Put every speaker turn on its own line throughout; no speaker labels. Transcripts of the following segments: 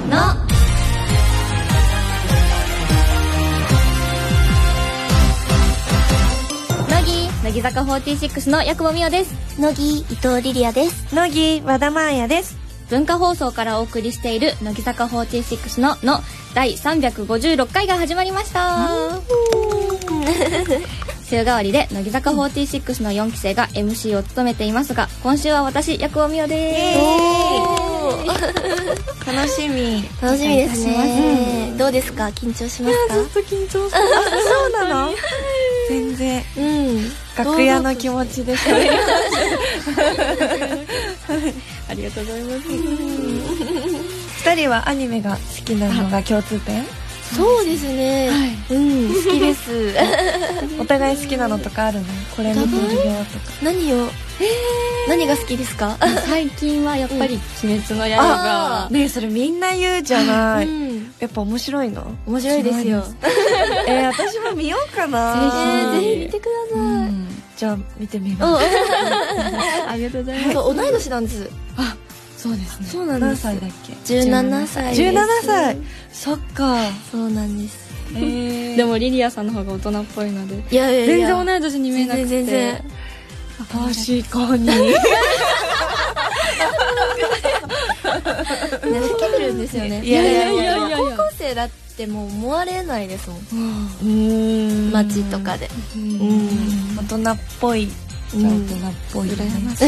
のの乃木乃木坂46の八雲美代です
乃木伊藤リリアです
乃木和田真彩です
文化放送からお送りしている乃木坂46のの第356回が始まりま した週替わりで乃木坂46の4期生が MC を務めていますが今週は私薬王美代です
楽しみ
楽しみです
お願いいた
ね、どうですか緊張しますか
ちょっと緊張したあそうなの全然
うん
楽屋の気持ちで 喋りました
ありがとうございます
2人はアニメが好きなのが共通点
そうですね、うん好きです
お互い好きなのとかあるのこれ見てるよとか
何を何が好きですか
最近はやっぱり「鬼滅の
あ
刃」
ねえそれみんな言うじゃな
う
い
ん
やっぱ面白いの
面白いですよ
えー、私も見ようかな
白いぜ
ぜひ
ひ
見
見
て
て
ください
じゃあ見てみ
お
ます
ありがとうござい
そう同い年なんです
そうですね
そうなんで
何
す
歳だっけ
17歳です
17歳そっか
そうなんです
えー
でもリリアさんの方が大人っぽいので
いやいやいや
全然同い年に見えなくて
全然全然
確かに
なめけてるんですよね
いやいや
いやいやいや
高校生だってもう思われないですもん
うん
街とかで
うん大人っぽいじゃあ大人っぽいね
羨まし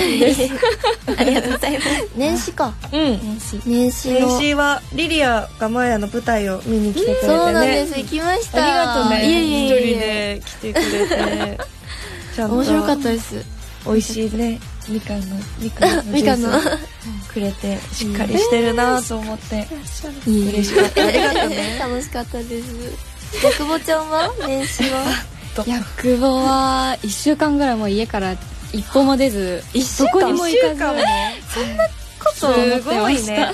ありがとうございます 年始か
うん
年始
年始の
先週はリリアがマヤの舞台を見に来てくれてね
そうなんです行きました
ありがとうね
いえいえいえ
一人で来てくれて ちゃんと
面白かったです
美味しいねみかんのみかんの
みかんの
ジュースくれてしっかりしてるなと思って、
嬉しかった 楽しかったです 大久保ちゃんは年始 は
薬房は1週間ぐらいもう家から一歩も出ずどこにも行かず
も
と思ってました
すごいね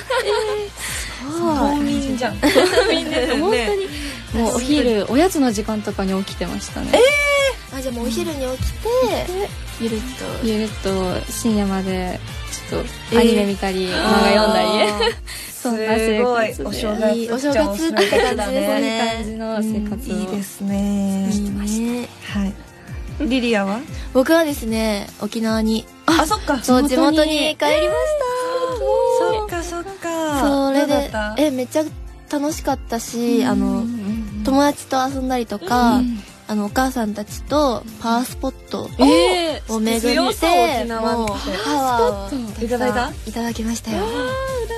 は
冬
い
眠じゃん
本当
に
もうお昼おやつの時間とかに起きてましたね
あじゃあもうお昼に起きてゆるっと
ゆるっと深夜までちょっとアニメ見たり、漫画読んだり、
す
そんな生
ごい
活で
お正月
いいお
っち
正
ゃ
月って感じです
お正月
そう
ね
いう感じの生活を、
いいですね
ね
はいリリアは
僕はですね沖縄に
あそっか
そう地
地
元
元
に
に
帰りました
そっかそっか
それ
どう
で
だった
えめっちゃ楽しかったしあの友達と遊んだりとか、あのお母さんたちとパワースポット
えー
を巡って
強そう沖縄って
もうパワーをく
いただいた
いただきましたよ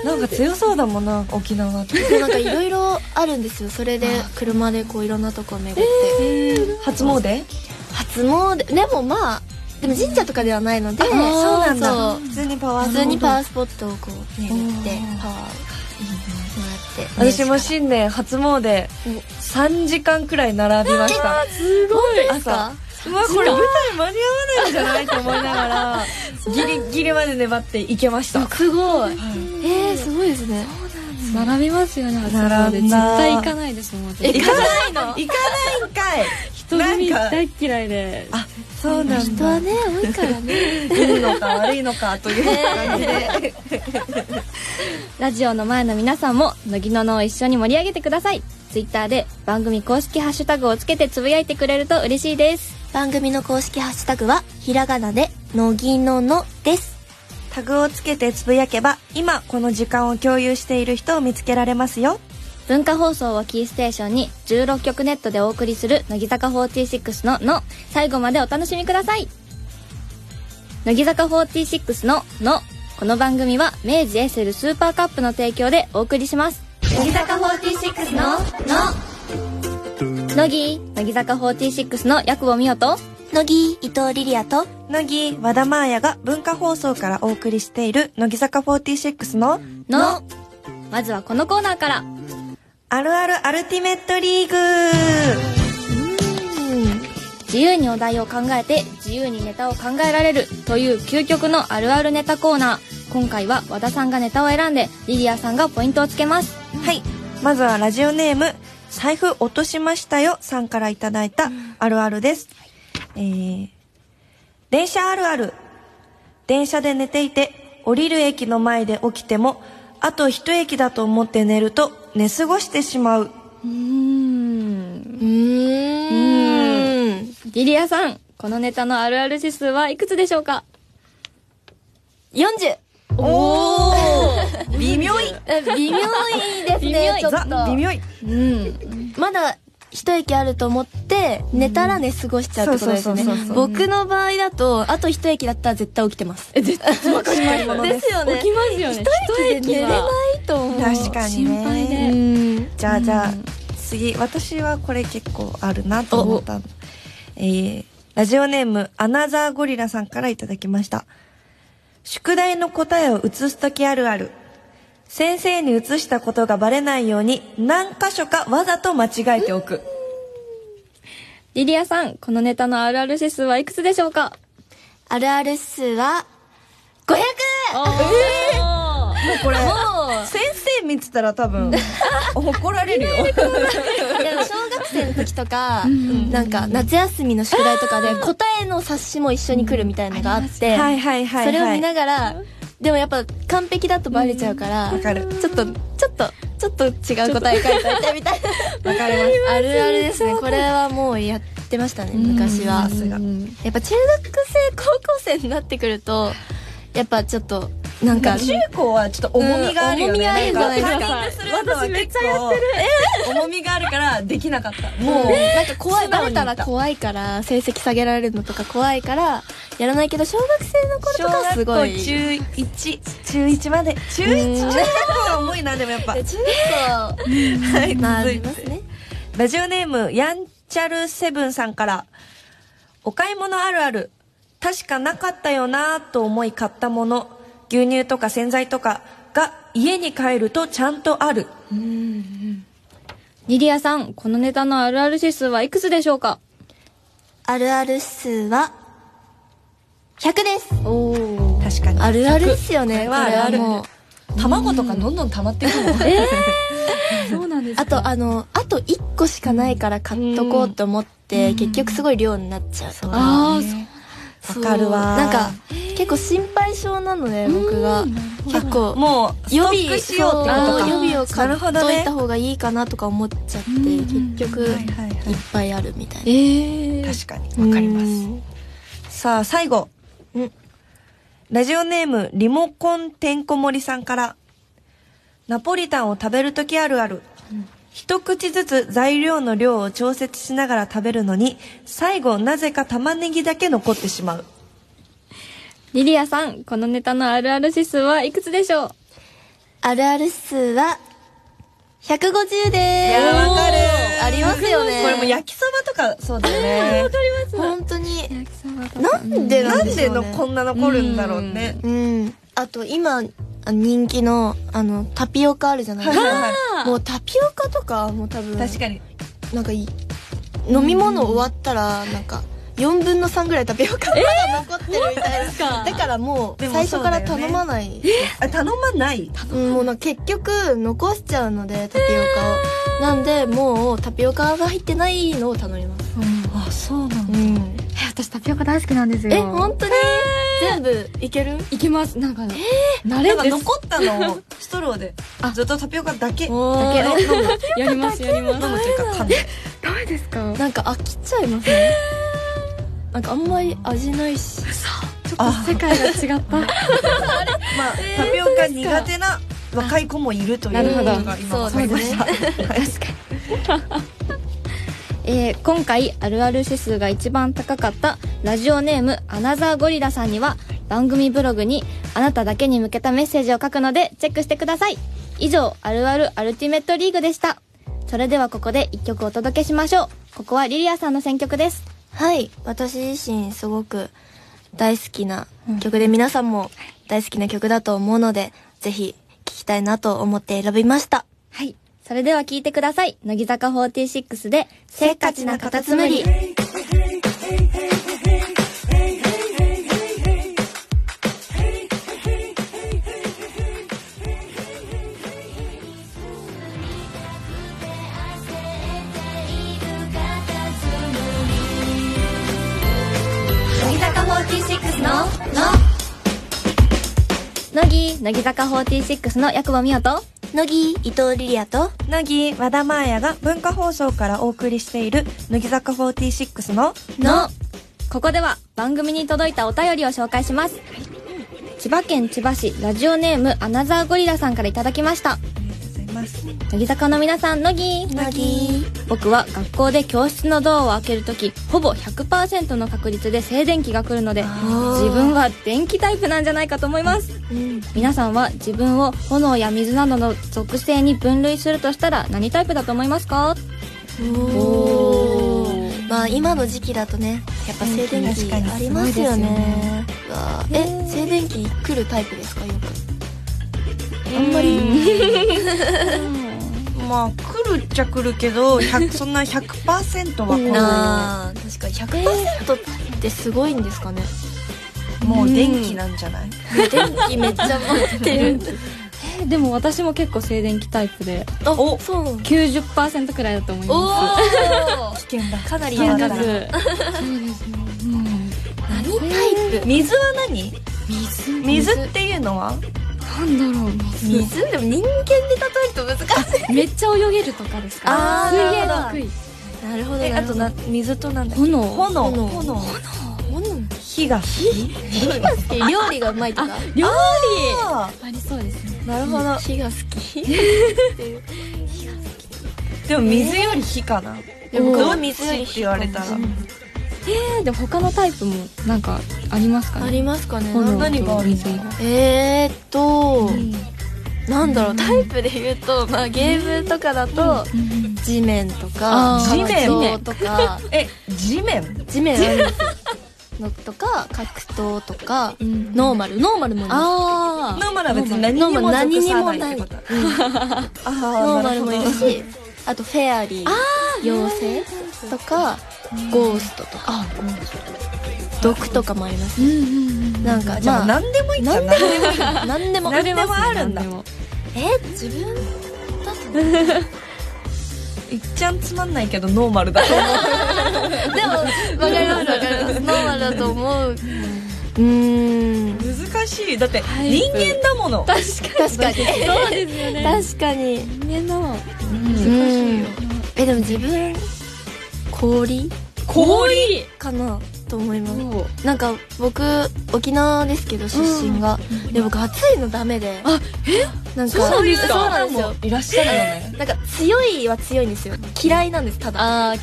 なんか強そうだもんな沖縄って
でもなんかいろいろあるんですよ それで車でこういろんなとこ巡って、
初詣
初詣でもまあでも神社とかではないので
そうなんだ
そう
普通にパワー
普通にパ
ー
ワースポットをこう巡って
うん
パワーをもらって
私も新年初詣3時間くらい並びました
すごいです
朝
か
うわこれ舞台間に合わないんじゃないと思いながらギリギリまで粘って行けました
すごい
えー、すごいですね
並びますよね初詣
並
で
ん
絶
だ
対行かないですもん私
行かないの行かないんかい
人混み
なんか
大嫌いで
あそうなん
人
だ
はね多いから ね
いいのか悪いのかという感じ で
ラジオの前の皆さんも乃木ののを一緒に盛り上げてくださいツイッターで番組公式ハッシュタグをつけてつぶやいてくれると嬉しいです
番組の公式ハッシュタグはひらがなで「のぎのの」です
タグをつけてつぶやけば今この時間を共有している人を見つけられますよ
文化放送をキーステーションに16曲ネットでお送りする乃木坂46のの最後までお楽しみください乃木坂46ののこの番組は明治エッセルスーパーカップの提供でお送りします乃木坂46のの乃木乃木坂46の薬母美代と
乃木伊藤リリアと
乃木和田真彩が文化放送からお送りしている乃木坂46の
のまずはこのコーナーから
あるあるアルティメットリーグ
自由にお題を考えて自由にネタを考えられるという究極のあるあるネタコーナー今回は和田さんがネタを選んでリリアさんがポイントをつけます
はいまずはラジオネーム財布落としましたよさんからいただいたあるあるです、えー、電車あるある電車で寝ていて降りる駅の前で起きてもあと一駅だと思って寝ると寝過ごしてしまう。
うーん。
うーん。
リリアさん、このネタのあるある指数はいくつでしょうか
40!
おー 微妙い
え微妙いです
微妙
ね
い、
ちょっ
ザ
と
微。妙い
うん。
まだ一息あると思って、寝たら寝過ごしちゃうってことです
そ
ね
うそうそう。そう
僕の場合だと、あと一息だったら絶対起きてます。
え、絶対わかります
そうです
よ
起きますよね。
一息で寝れないと思う。
確かにね
心配で
うん。
じゃあじゃあ次私はこれ結構あるなと思ったのえー、ラジオネームアナザーゴリラさんからいただきました宿題の答えを写すときあるある先生に写したことがバレないように何箇所かわざと間違えておく
リリアさん、このネタのあるある指数はいくつでしょうか
あるある数は、500!
えー
もうこれ
もう
先生見てたら多 分怒られるよ
でも小学生の時とか、なんか夏休みの宿題とかで答えの冊子も一緒に来るみたいなのがあって、
はいはいはいはい
それを見ながら、でもやっぱ完璧だとバレちゃうから、
わかる
ちょっと、ちょっと、ちょっと違う答え書いといてみたいな。
わかります
あるあるですね。これはもうやってましたね、昔は。
さすが
うん
やっぱ中学生、高校生になってくると、やっぱちょっと、なんか、
中高はちょっと重みがあるよね、
うん重みがあるんじゃないですか
んかカーリングするのは結構重みがあるからできなかったも
もう、
う
なんか怖い、
素直
バ
に
レたら怖いから、成績下げられるのとか怖いから、やらないけど、小学生の頃と
小
かはす
学
ご
校
い。
中一中一まで中一中学校は重いなでもやっぱ
中学校、
はい
まあ、あ
続い
り
て
ますね。
ラジオネームやんちゃるセブンさんからお買い物あるある確かなかったよなぁと思い買ったもの牛乳とか洗剤とかが家に帰るとちゃんとある
リリアさん、このネタのあるある指数はいくつでしょうか
あるある指数は、100です。
おー。
確かに
あるあるですよね。
これ
こ
は
れはも
も
う。
う卵とかどんどん溜まっていくもん
そうなんで
あと、あの、あと1個しかないから買っとこうと思って、結局すごい量になっちゃう とか。
ああ、そう。
そう
わかるわ
なんか、結構心配性なので、僕が。結構、
もうス
予
ト
備
ックしようってこ
そう
と
あ
か
ー
予備を
な
買
る
っ
ほど
とい
ね
た方がいいかなとか思っちゃって、
うん
結局、
はいいはいはい
っぱいあるみたいな。
ええー。
確かにわかりますさあ最後
うん
ラジオネームリモコンてんこ盛りさんからナポリタンを食べるときあるある、一口ずつ材料の量を調節しながら食べるのに最後なぜか玉ねぎだけ残ってしまう
リリアさん、このネタのあるある指数はいくつでしょう
あるある数は、150でーす。ありますよね。
これも焼きそばとかそうだよね
本当に。
な
なんで
なんで
しょう
の
ね
こんな残るんだろうね
うん。あと今、あ人気の、あの、タピオカあるじゃないです
はいはい
は
か。
い
もうタピオカとか、もう多分、
確かに
なんかいい飲み物終わったら、なんか、4分の3ぐらいタピオカまだ残ってるみたいな。
か
だからもう、
でも
最初から
そうだよね
頼まない。
あ頼まない
うん、もうなんか結局、残しちゃうので、タピオカを。なんで、もう、タピオカが入ってないのを頼みます。
あそうなの
うん。
私タピオカ大好きなんですよ
え、本当に全部いける
いきます。なんか、慣
な
れ
んか
です。
残ったのをストローでずっとタピオカだけ
おー
だけ飲む
やります、やりま
飲むというか噛む
ダメですか
なんか飽きちゃいますね。なんかあんまり味ないし。
ちょっと世界が違った。
まあ、タピオカ苦手な若い子もいるということが今分かりました。
えー今回あるある指数が一番高かったラジオネームアナザーゴリラさんには番組ブログにあなただけに向けたメッセージを書くのでチェックしてください。以上、あるあるアルティメットリーグでした。それではここで一曲お届けしましょう。ここはリリアさんの選曲です。
はい。私自身すごく大好きな曲で、皆さんも大好きな曲だと思うので、ぜひ聴きたいなと思って選びました。
はい。それでは聴いてください。乃木坂46で、
せっかちなカタツムリ。
乃木乃木乃木坂46の矢久保美穂と
乃木伊藤リリアと
乃木和田真彩が文化放送からお送りしている乃木坂46の
のここでは番組に届いたお便りを紹介します千葉県千葉市ラジオネームアナザーゴリラさんからいただきました
ありがとうございます
乃木坂の皆さん乃木
乃木
僕は学校で教室のドアを開けるときほぼ100%の確率で静電気が来るので
ー
自分は電気タイプなんじゃないかと思います
うん
皆さんは自分を炎や水などの属性に分類するとしたら何タイプだと思いますか
お
お
ーまあ今の時期だとねやっぱ静電
うん確
気
かに
あります
す
よ
ごい
ねうわーえ静電気来るタイプですかよくあんまり
まあ来るっちゃ来るけど100そんな100%は来な
なあ確かに100%ってすごいんですかね
いもう電気なんじゃない
電気めっちゃ持ってる
えでも私も結構静電気タイプで
あ
お
そうなんだ
90%くらいだと思い
お
ま
ー
危険だ
かなり
す
や
ー
だ
だ
な
な
そうですねうん
何タイプ
水は何
水
水っていうのは
なんだろう水
水でも人間で例えると難しい
めっちゃ泳げるとかです
あ
か
ーなるほど
水泳得意
なるほど
えあとな水となんだっけ
炎
炎
炎
炎
うん
火が火
料理がうまいとか
料理
あ
ありそうですね
ーなるほど
火が好き
でも水より火かな
でも
どっちって言われたら
えーでも他のタイプもなんかありますか
あ
ね
りますかね
炎
なんだ
何がある
水
の
えーっと
ん
なんだろうタイプで言うとまあゲームとかだと地面とか
あ
ー地面
格闘とか
え地面
地面あるんですよ のとか格闘とか
うん
ノーマルノーマルもいます
あ
ノーマルは別に何にも
ノーマル
属さないってことだあ
ノ
あな
ーマ
るほ
ルも
ど
いるしあとフェアリー妖精とかゴーストとか
あ
毒とかもあります
うんうんうん
なんか
じゃあ
まあ
何でもいいんじゃ
何
ない
でもいい何でも
何でもあるんだ
でも
え自分だとでも
いっちゃんつまんないけどノーマルだと思う
分かります分かりますノーマルだと思ううーん
難しいだって
イ
人
プ
間だもの
確かに
そうですよね
確かに
人間の
うんえでも自分氷
氷
かなと思います
そう
なんか僕沖縄ですけど出身が、で僕暑いのダメであえなんか
そういう
そうなんですよ
いらっしゃるのね
なんか強いは強いんですよ嫌いなんですただ
あ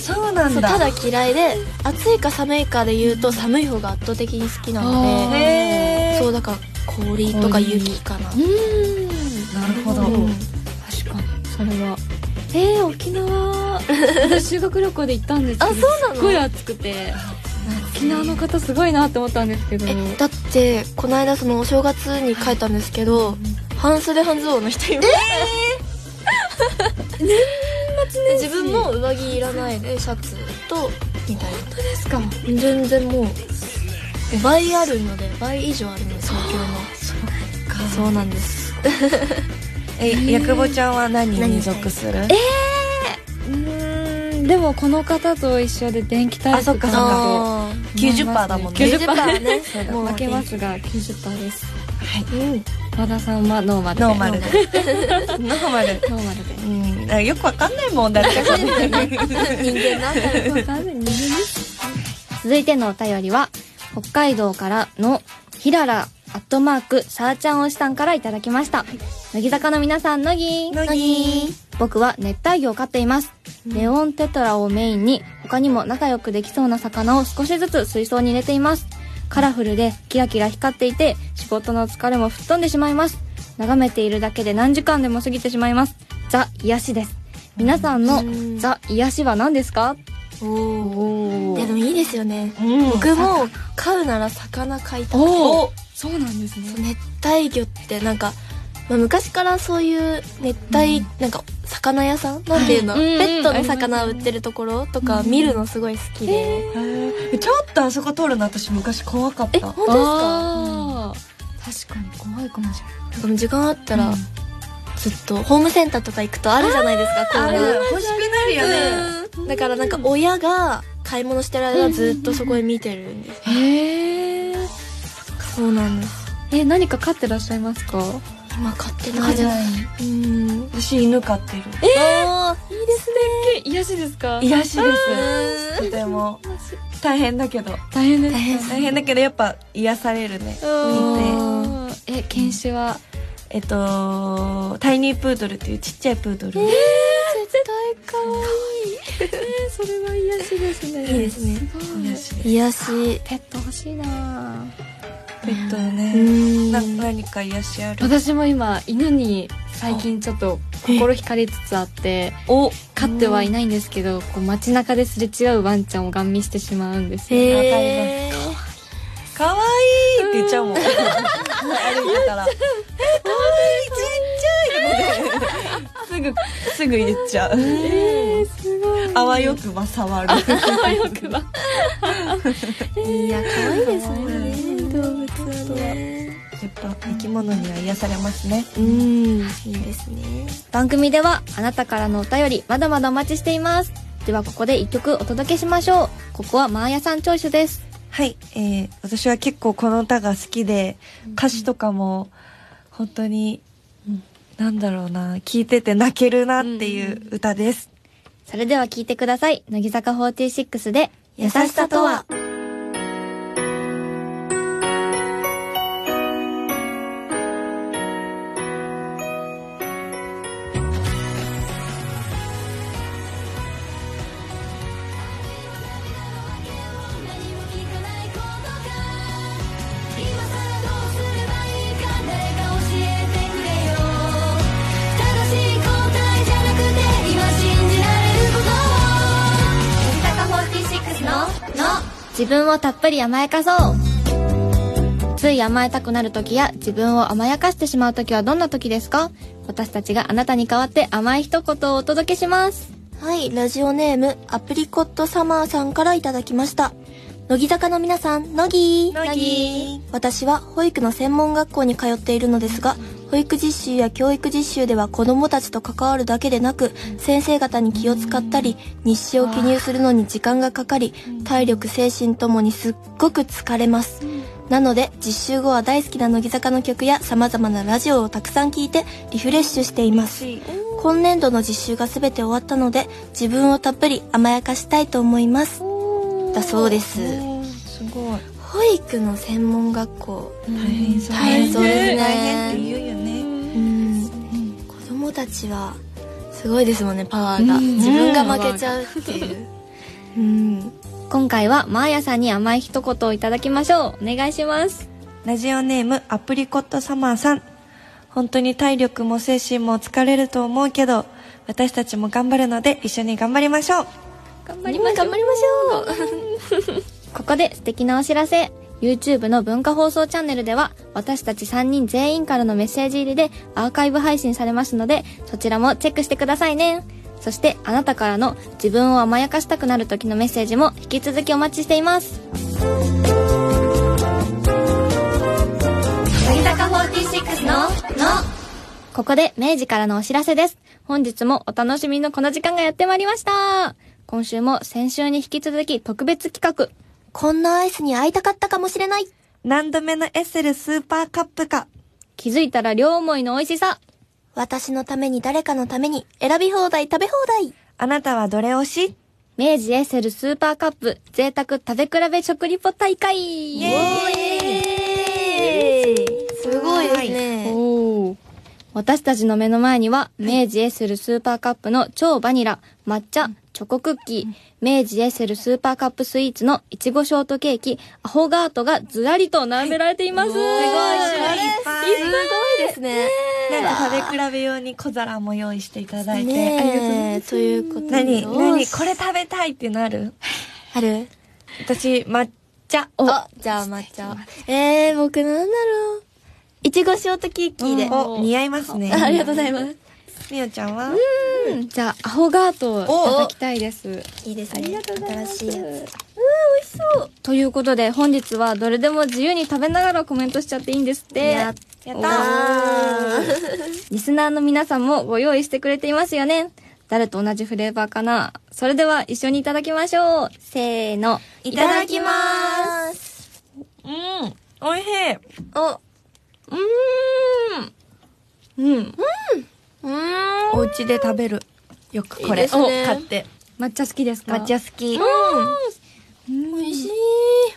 そうなん
そう
だ
ただ嫌いで暑いか寒いかで言うと寒い方が圧倒的に好きなの
あ
で
へえ
そうだから氷とか雪かな
うん
なるほど
うん
確かにそれはえー、沖縄私修学旅行で行ったんですけど
あそうなの
すっごい暑くて沖縄の方すごいなって思ったんですけど
えだってこの間そのお正月に帰ったんですけど、半袖半ズボンの人いました え自分も上着いらないでシャツとみたいな
ですか
全然もう倍あるので倍以上あるので東京のそうなんです
えやくぼちゃんは何に属するえ
うーんでもこの方と一緒で電気タイプ
あそっかそっか
な
あ
90%だもんね
90%はね
そうだ
も
と
う
負けますが90%です
うん
和田さんはノーマルで
ノーマルでノーマル
ノーマルで
うんだからよくわかんないもんだって
人間なんだよ
続いてのお便りは北海道からのひららアットマークさーちゃんおしさんからいただきました、乃木坂の皆さん乃木
乃木
僕は熱帯魚を飼っています、レオンテトラをメインに他にも仲良くできそうな魚を少しずつ水槽に入れていますカラフルでキラキラ光っていて仕事の疲れも吹っ飛んでしまいます眺めているだけで何時間でも過ぎてしまいますザ癒しです皆さんの
うん
ザ癒しは何ですか
お
お
おでもいいですよね
うん
僕も飼うなら魚飼いたい
おおそうなんですね
熱帯魚ってなんか、まあ、昔からそういう熱帯、なんか魚屋さんなんていうの、
はいうんうん
ペットの魚売ってるところとか見るのすごい好きで、
へーちょっとあそこ通るの私昔怖かっ
え
た
本当ですか
ですか確かに怖いかもし
でも時間あったら、ずっとホームセンターとか行くとあるじゃないですかこ
あ
うい
れ
う
欲しくなるよね
うんだからなんか親が買い物してる間ずっとそこへ見てるんです
れないへえ
そうなんです
え何か飼ってらっしゃいますか
今飼ってないですうん
私犬飼ってる
えー、いいですね癒しですか
癒しですとても大変だけど
大変です
大変
大変だけどやっぱ癒されるね
うんえ犬種は
えっとタイニープードルっていうちっちゃいプードル、
絶対可愛いえー、それは癒しですね
いいですね
ごい
癒しです
癒し
ペット欲しいな
ペット
う
ね、
ん
な何か癒しある
私も今犬に最近ちょっと心惹かれつつあって
お
飼ってはいないんですけどこう街中ですれ違うワンちゃんをガン見してしまうんですよ、
へー
かわいいって言っちゃうもん歩いてたら「かわいいちっちゃい」ってすぐすぐ言っちゃう
えー、すごい
あわよくば触る
あわよくば
いや可愛いです
う
ね動物はね
やっぱ生き物には癒されますね
うんいいですね
番組ではあなたからのお便りまだまだお待ちしていますではここで一曲お届けしましょうここはマーヤさん聴取です
はい、えー、私は結構この歌が好きで歌詞とかも本当に、
うん
なんだろうな聴いてて泣けるなっていう歌です、
それでは聴いてください乃木坂46で「優
優
し
し
さ
さ
と
と
は
は」
自分をたっぷり甘やかそうつい甘えたくなる時や自分を甘やかしてしまう時はどんな時ですか私たちがあなたに代わって甘い一言をお届けします
はい、ラジオネーム、アプリコットサマーさんからいただきました。乃木坂の皆さん、乃木
乃木
私は保育の専門学校に通っているのですが、保育実習や教育実習では子供たちと関わるだけでなく、先生方に気を使ったり、日誌を記入するのに時間がかかり、体力、精神ともにすっごく疲れます。なので、実習後は大好きな乃木坂の曲や様々なラジオをたくさん聴いて、リフレッシュしています。今年度の実習が全て終わったので自分をたっぷり甘やかしたいと思いますだそうです
うんすごい
保育の専門学校
大変そう
大変そうですね
大変って言うよね
うん子供たちはすごいですもんねパワーが
うん
自分が負けちゃうっていううん
今回はマーヤさんに甘い一言をいただきましょうお願いします
ラジオネームアプリコットサマーさん本当に体力も精神も疲れると思うけど私たちも頑張るので一緒に頑張りましょう
頑張りましょう頑張りましょうここで素敵なお知らせ YouTube の文化放送チャンネルでは私たち3人全員からのメッセージ入りでアーカイブ配信されますのでそちらもチェックしてくださいねそしてあなたからの自分を甘やかしたくなる時のメッセージも引き続きお待ちしていますここで明治からのお知らせです。本日もお楽しみのこの時間がやってまいりました。今週も先週に引き続き特別企画。
こんなアイスに会いたかったかもしれない
何度目のエッセルスーパーカップか
気づいたら両思いの美味しさ。
私のために誰かのために選び放題食べ放題
あなたはどれ推し
明治エッセルスーパーカップ贅沢食べ比べ食リポ大会イ
エーイすごいですね
おー私たちの目の前には、明治エッセルスーパーカップの超バニラ、抹茶、チョコクッキー、明治エッセルスーパーカップスイーツのいちごショートケーキ、アホガートがずらりと並べられています。すごい
いっぱい
すごいですね
なんか食べ比べ用に小皿も用意していただいて、ありがとうござい
ねえということ
ます何
で
何これ食べたいってなる
ある
私抹茶
おじゃあ抹茶えー、僕なんだろういちごショートケーキで、あ
お似合いますね
ありがとうございます
みおちゃんは
うんじゃあ、アホガートをいただきたいです。
いいですね新しいやつ
ということで、本日はどれでも自由に食べながらコメントしちゃっていいんですって。
やっ
やった
た
ー
ー
リスナーの皆さんもご用意してくれていますよね。誰と同じフレーバーかなそれでは一緒にいただきましょう。せーの。
いただきますうんおいしい
お
うんうん
うん
お家で食べる。よくこ
いい
れ
で
を
すね
買って。
抹茶好きですか
抹茶好き。
うん
美味しい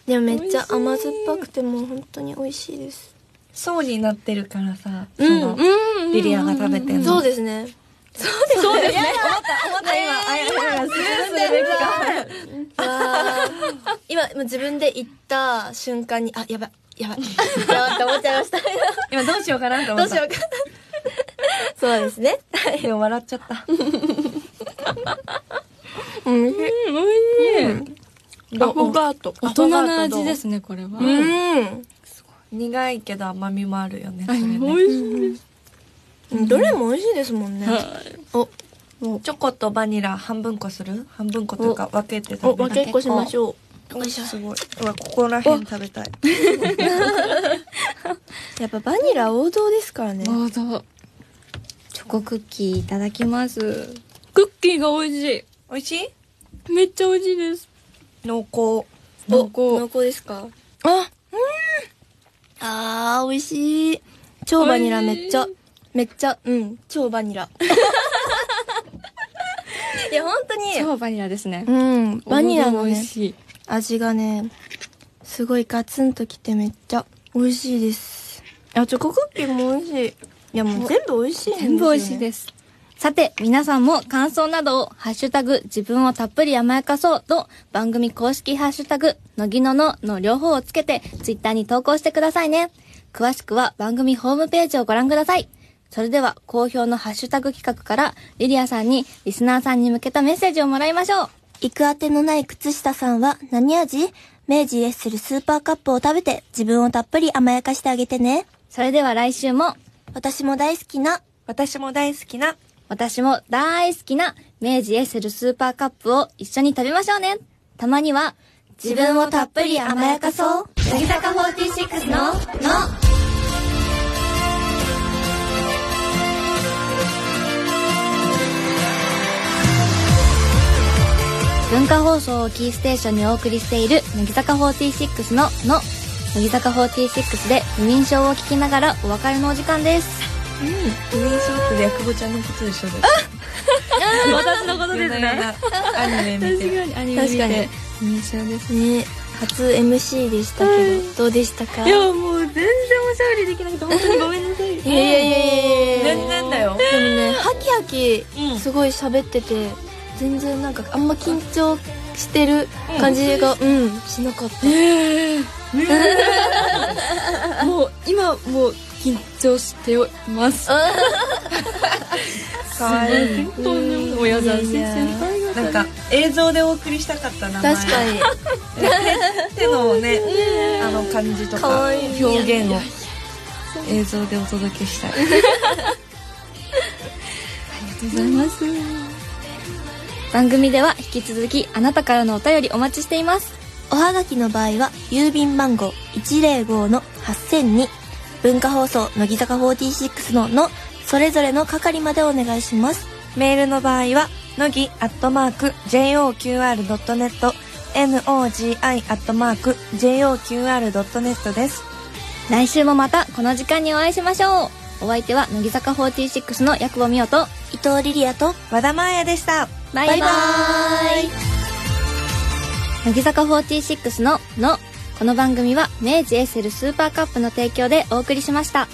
でもめっちゃ甘酸っぱくてもう本当に美味しいです
層になってるからさ、そ
うん
の、
うん
リリアが食べてんの。
そうですね
そうですね
思った今、あやや や、スー
わー 今もう自分で言った瞬間にあやばいや ばいやばいって思っちゃいました
今どうしようかなと思
ど
っ
う
た。
しようかそうですね
うでも笑っちゃった。
うん
うん
アフォガート
大人の味ですすねこれは
うん
苦いけど甘みもあるよね。そ
あ
れ
美
ね
味しいです
うんどれも美味しいですもんね
はい
お
チョコとバニラ半分こする半分こというか分けて
お
食べ
分
る。
けっこしましょうよいしょ
すごい。うわ、ここら辺食べたい。
やっぱバニラ王道ですからね
どうぞチョコクッキーいただきますクッキーが美味し
美味しい
いめっちゃ美味しいです
濃厚。
お
濃
濃
厚
厚ですか
あ
あー美味しい超バニラめっちゃめっちゃうん超バニ ラいや本当に
超バニラですね
うん、バニラの
美
ね
味、しい
味がね、すごいガツンときてめっちゃ美味しいです。あ、チョコクッキーも美味しい。いやもう全部美味しいんですよ、
全
ね。
部美味しいです。さて、皆さんも感想などを、ハッシュタグ、自分をたっぷり甘やかそうと、番組公式ハッシュタグ、のぎののの両方をつけて、ツイッターに投稿してくださいね。詳しくは番組ホームページをご覧ください。それでは、好評のハッシュタグ企画から、リリアさんに、リスナーさんに向けたメッセージをもらいましょう。
行くあてのない靴下さんは何味明治エッセルスーパーカップを食べて自分をたっぷり甘やかしてあげてね。
それでは来週も、
私も大好きな、
私も大好きな、
私も大好きな明治エッセルスーパーカップを一緒に食べましょうね。たまには、
自分をたっぷり甘やかそう。
乃木坂46の、の。文化放送をキーステーションにお送りしている、乃木坂46の、の。乃木坂46で不眠症を聞きながらお別れのお時間です。
不眠症ってヤクボちゃんのことでしょ。
私のこと
夜な夜。なアニメ見てる。
確かに
確 かに
印象です
ね、初 MC でしたけど、どうでしたか
いやもう全然おしゃべりできなくて本当にごめんなさい
いやいやいやいやいや
全然だよ。
でもねハキハ
うん
キすごい喋ってて、全然なんかあんま緊張してる感じがうん、しなかった、
もう今もう緊張しており ます
かわいい。
本当にもう優しい先輩方
なんか映像でお送りしたかったな。
確かに
に。手のね、あの感じと
か
か
わいい
表現を映像でお届けしたい。
ありがとうございます番組では引き続きあなたからのお便りお待ちしています
おはがきの場合は郵便番号105の8002文化放送乃木坂46ののそれぞれの係までお願いします
メールの場合は、のぎアットマーク JOQR.net、NOGI アットマーク JOQR.net です。
来週もまたこの時間にお会いしましょうお相手は乃木坂46の薬母美桜と
伊藤リリアと
和田真彩でした。
バイバ
バイバ
ーイ
イ
乃木坂46の「の」この番組は明治エッセルスーパーカップの提供でお送りしました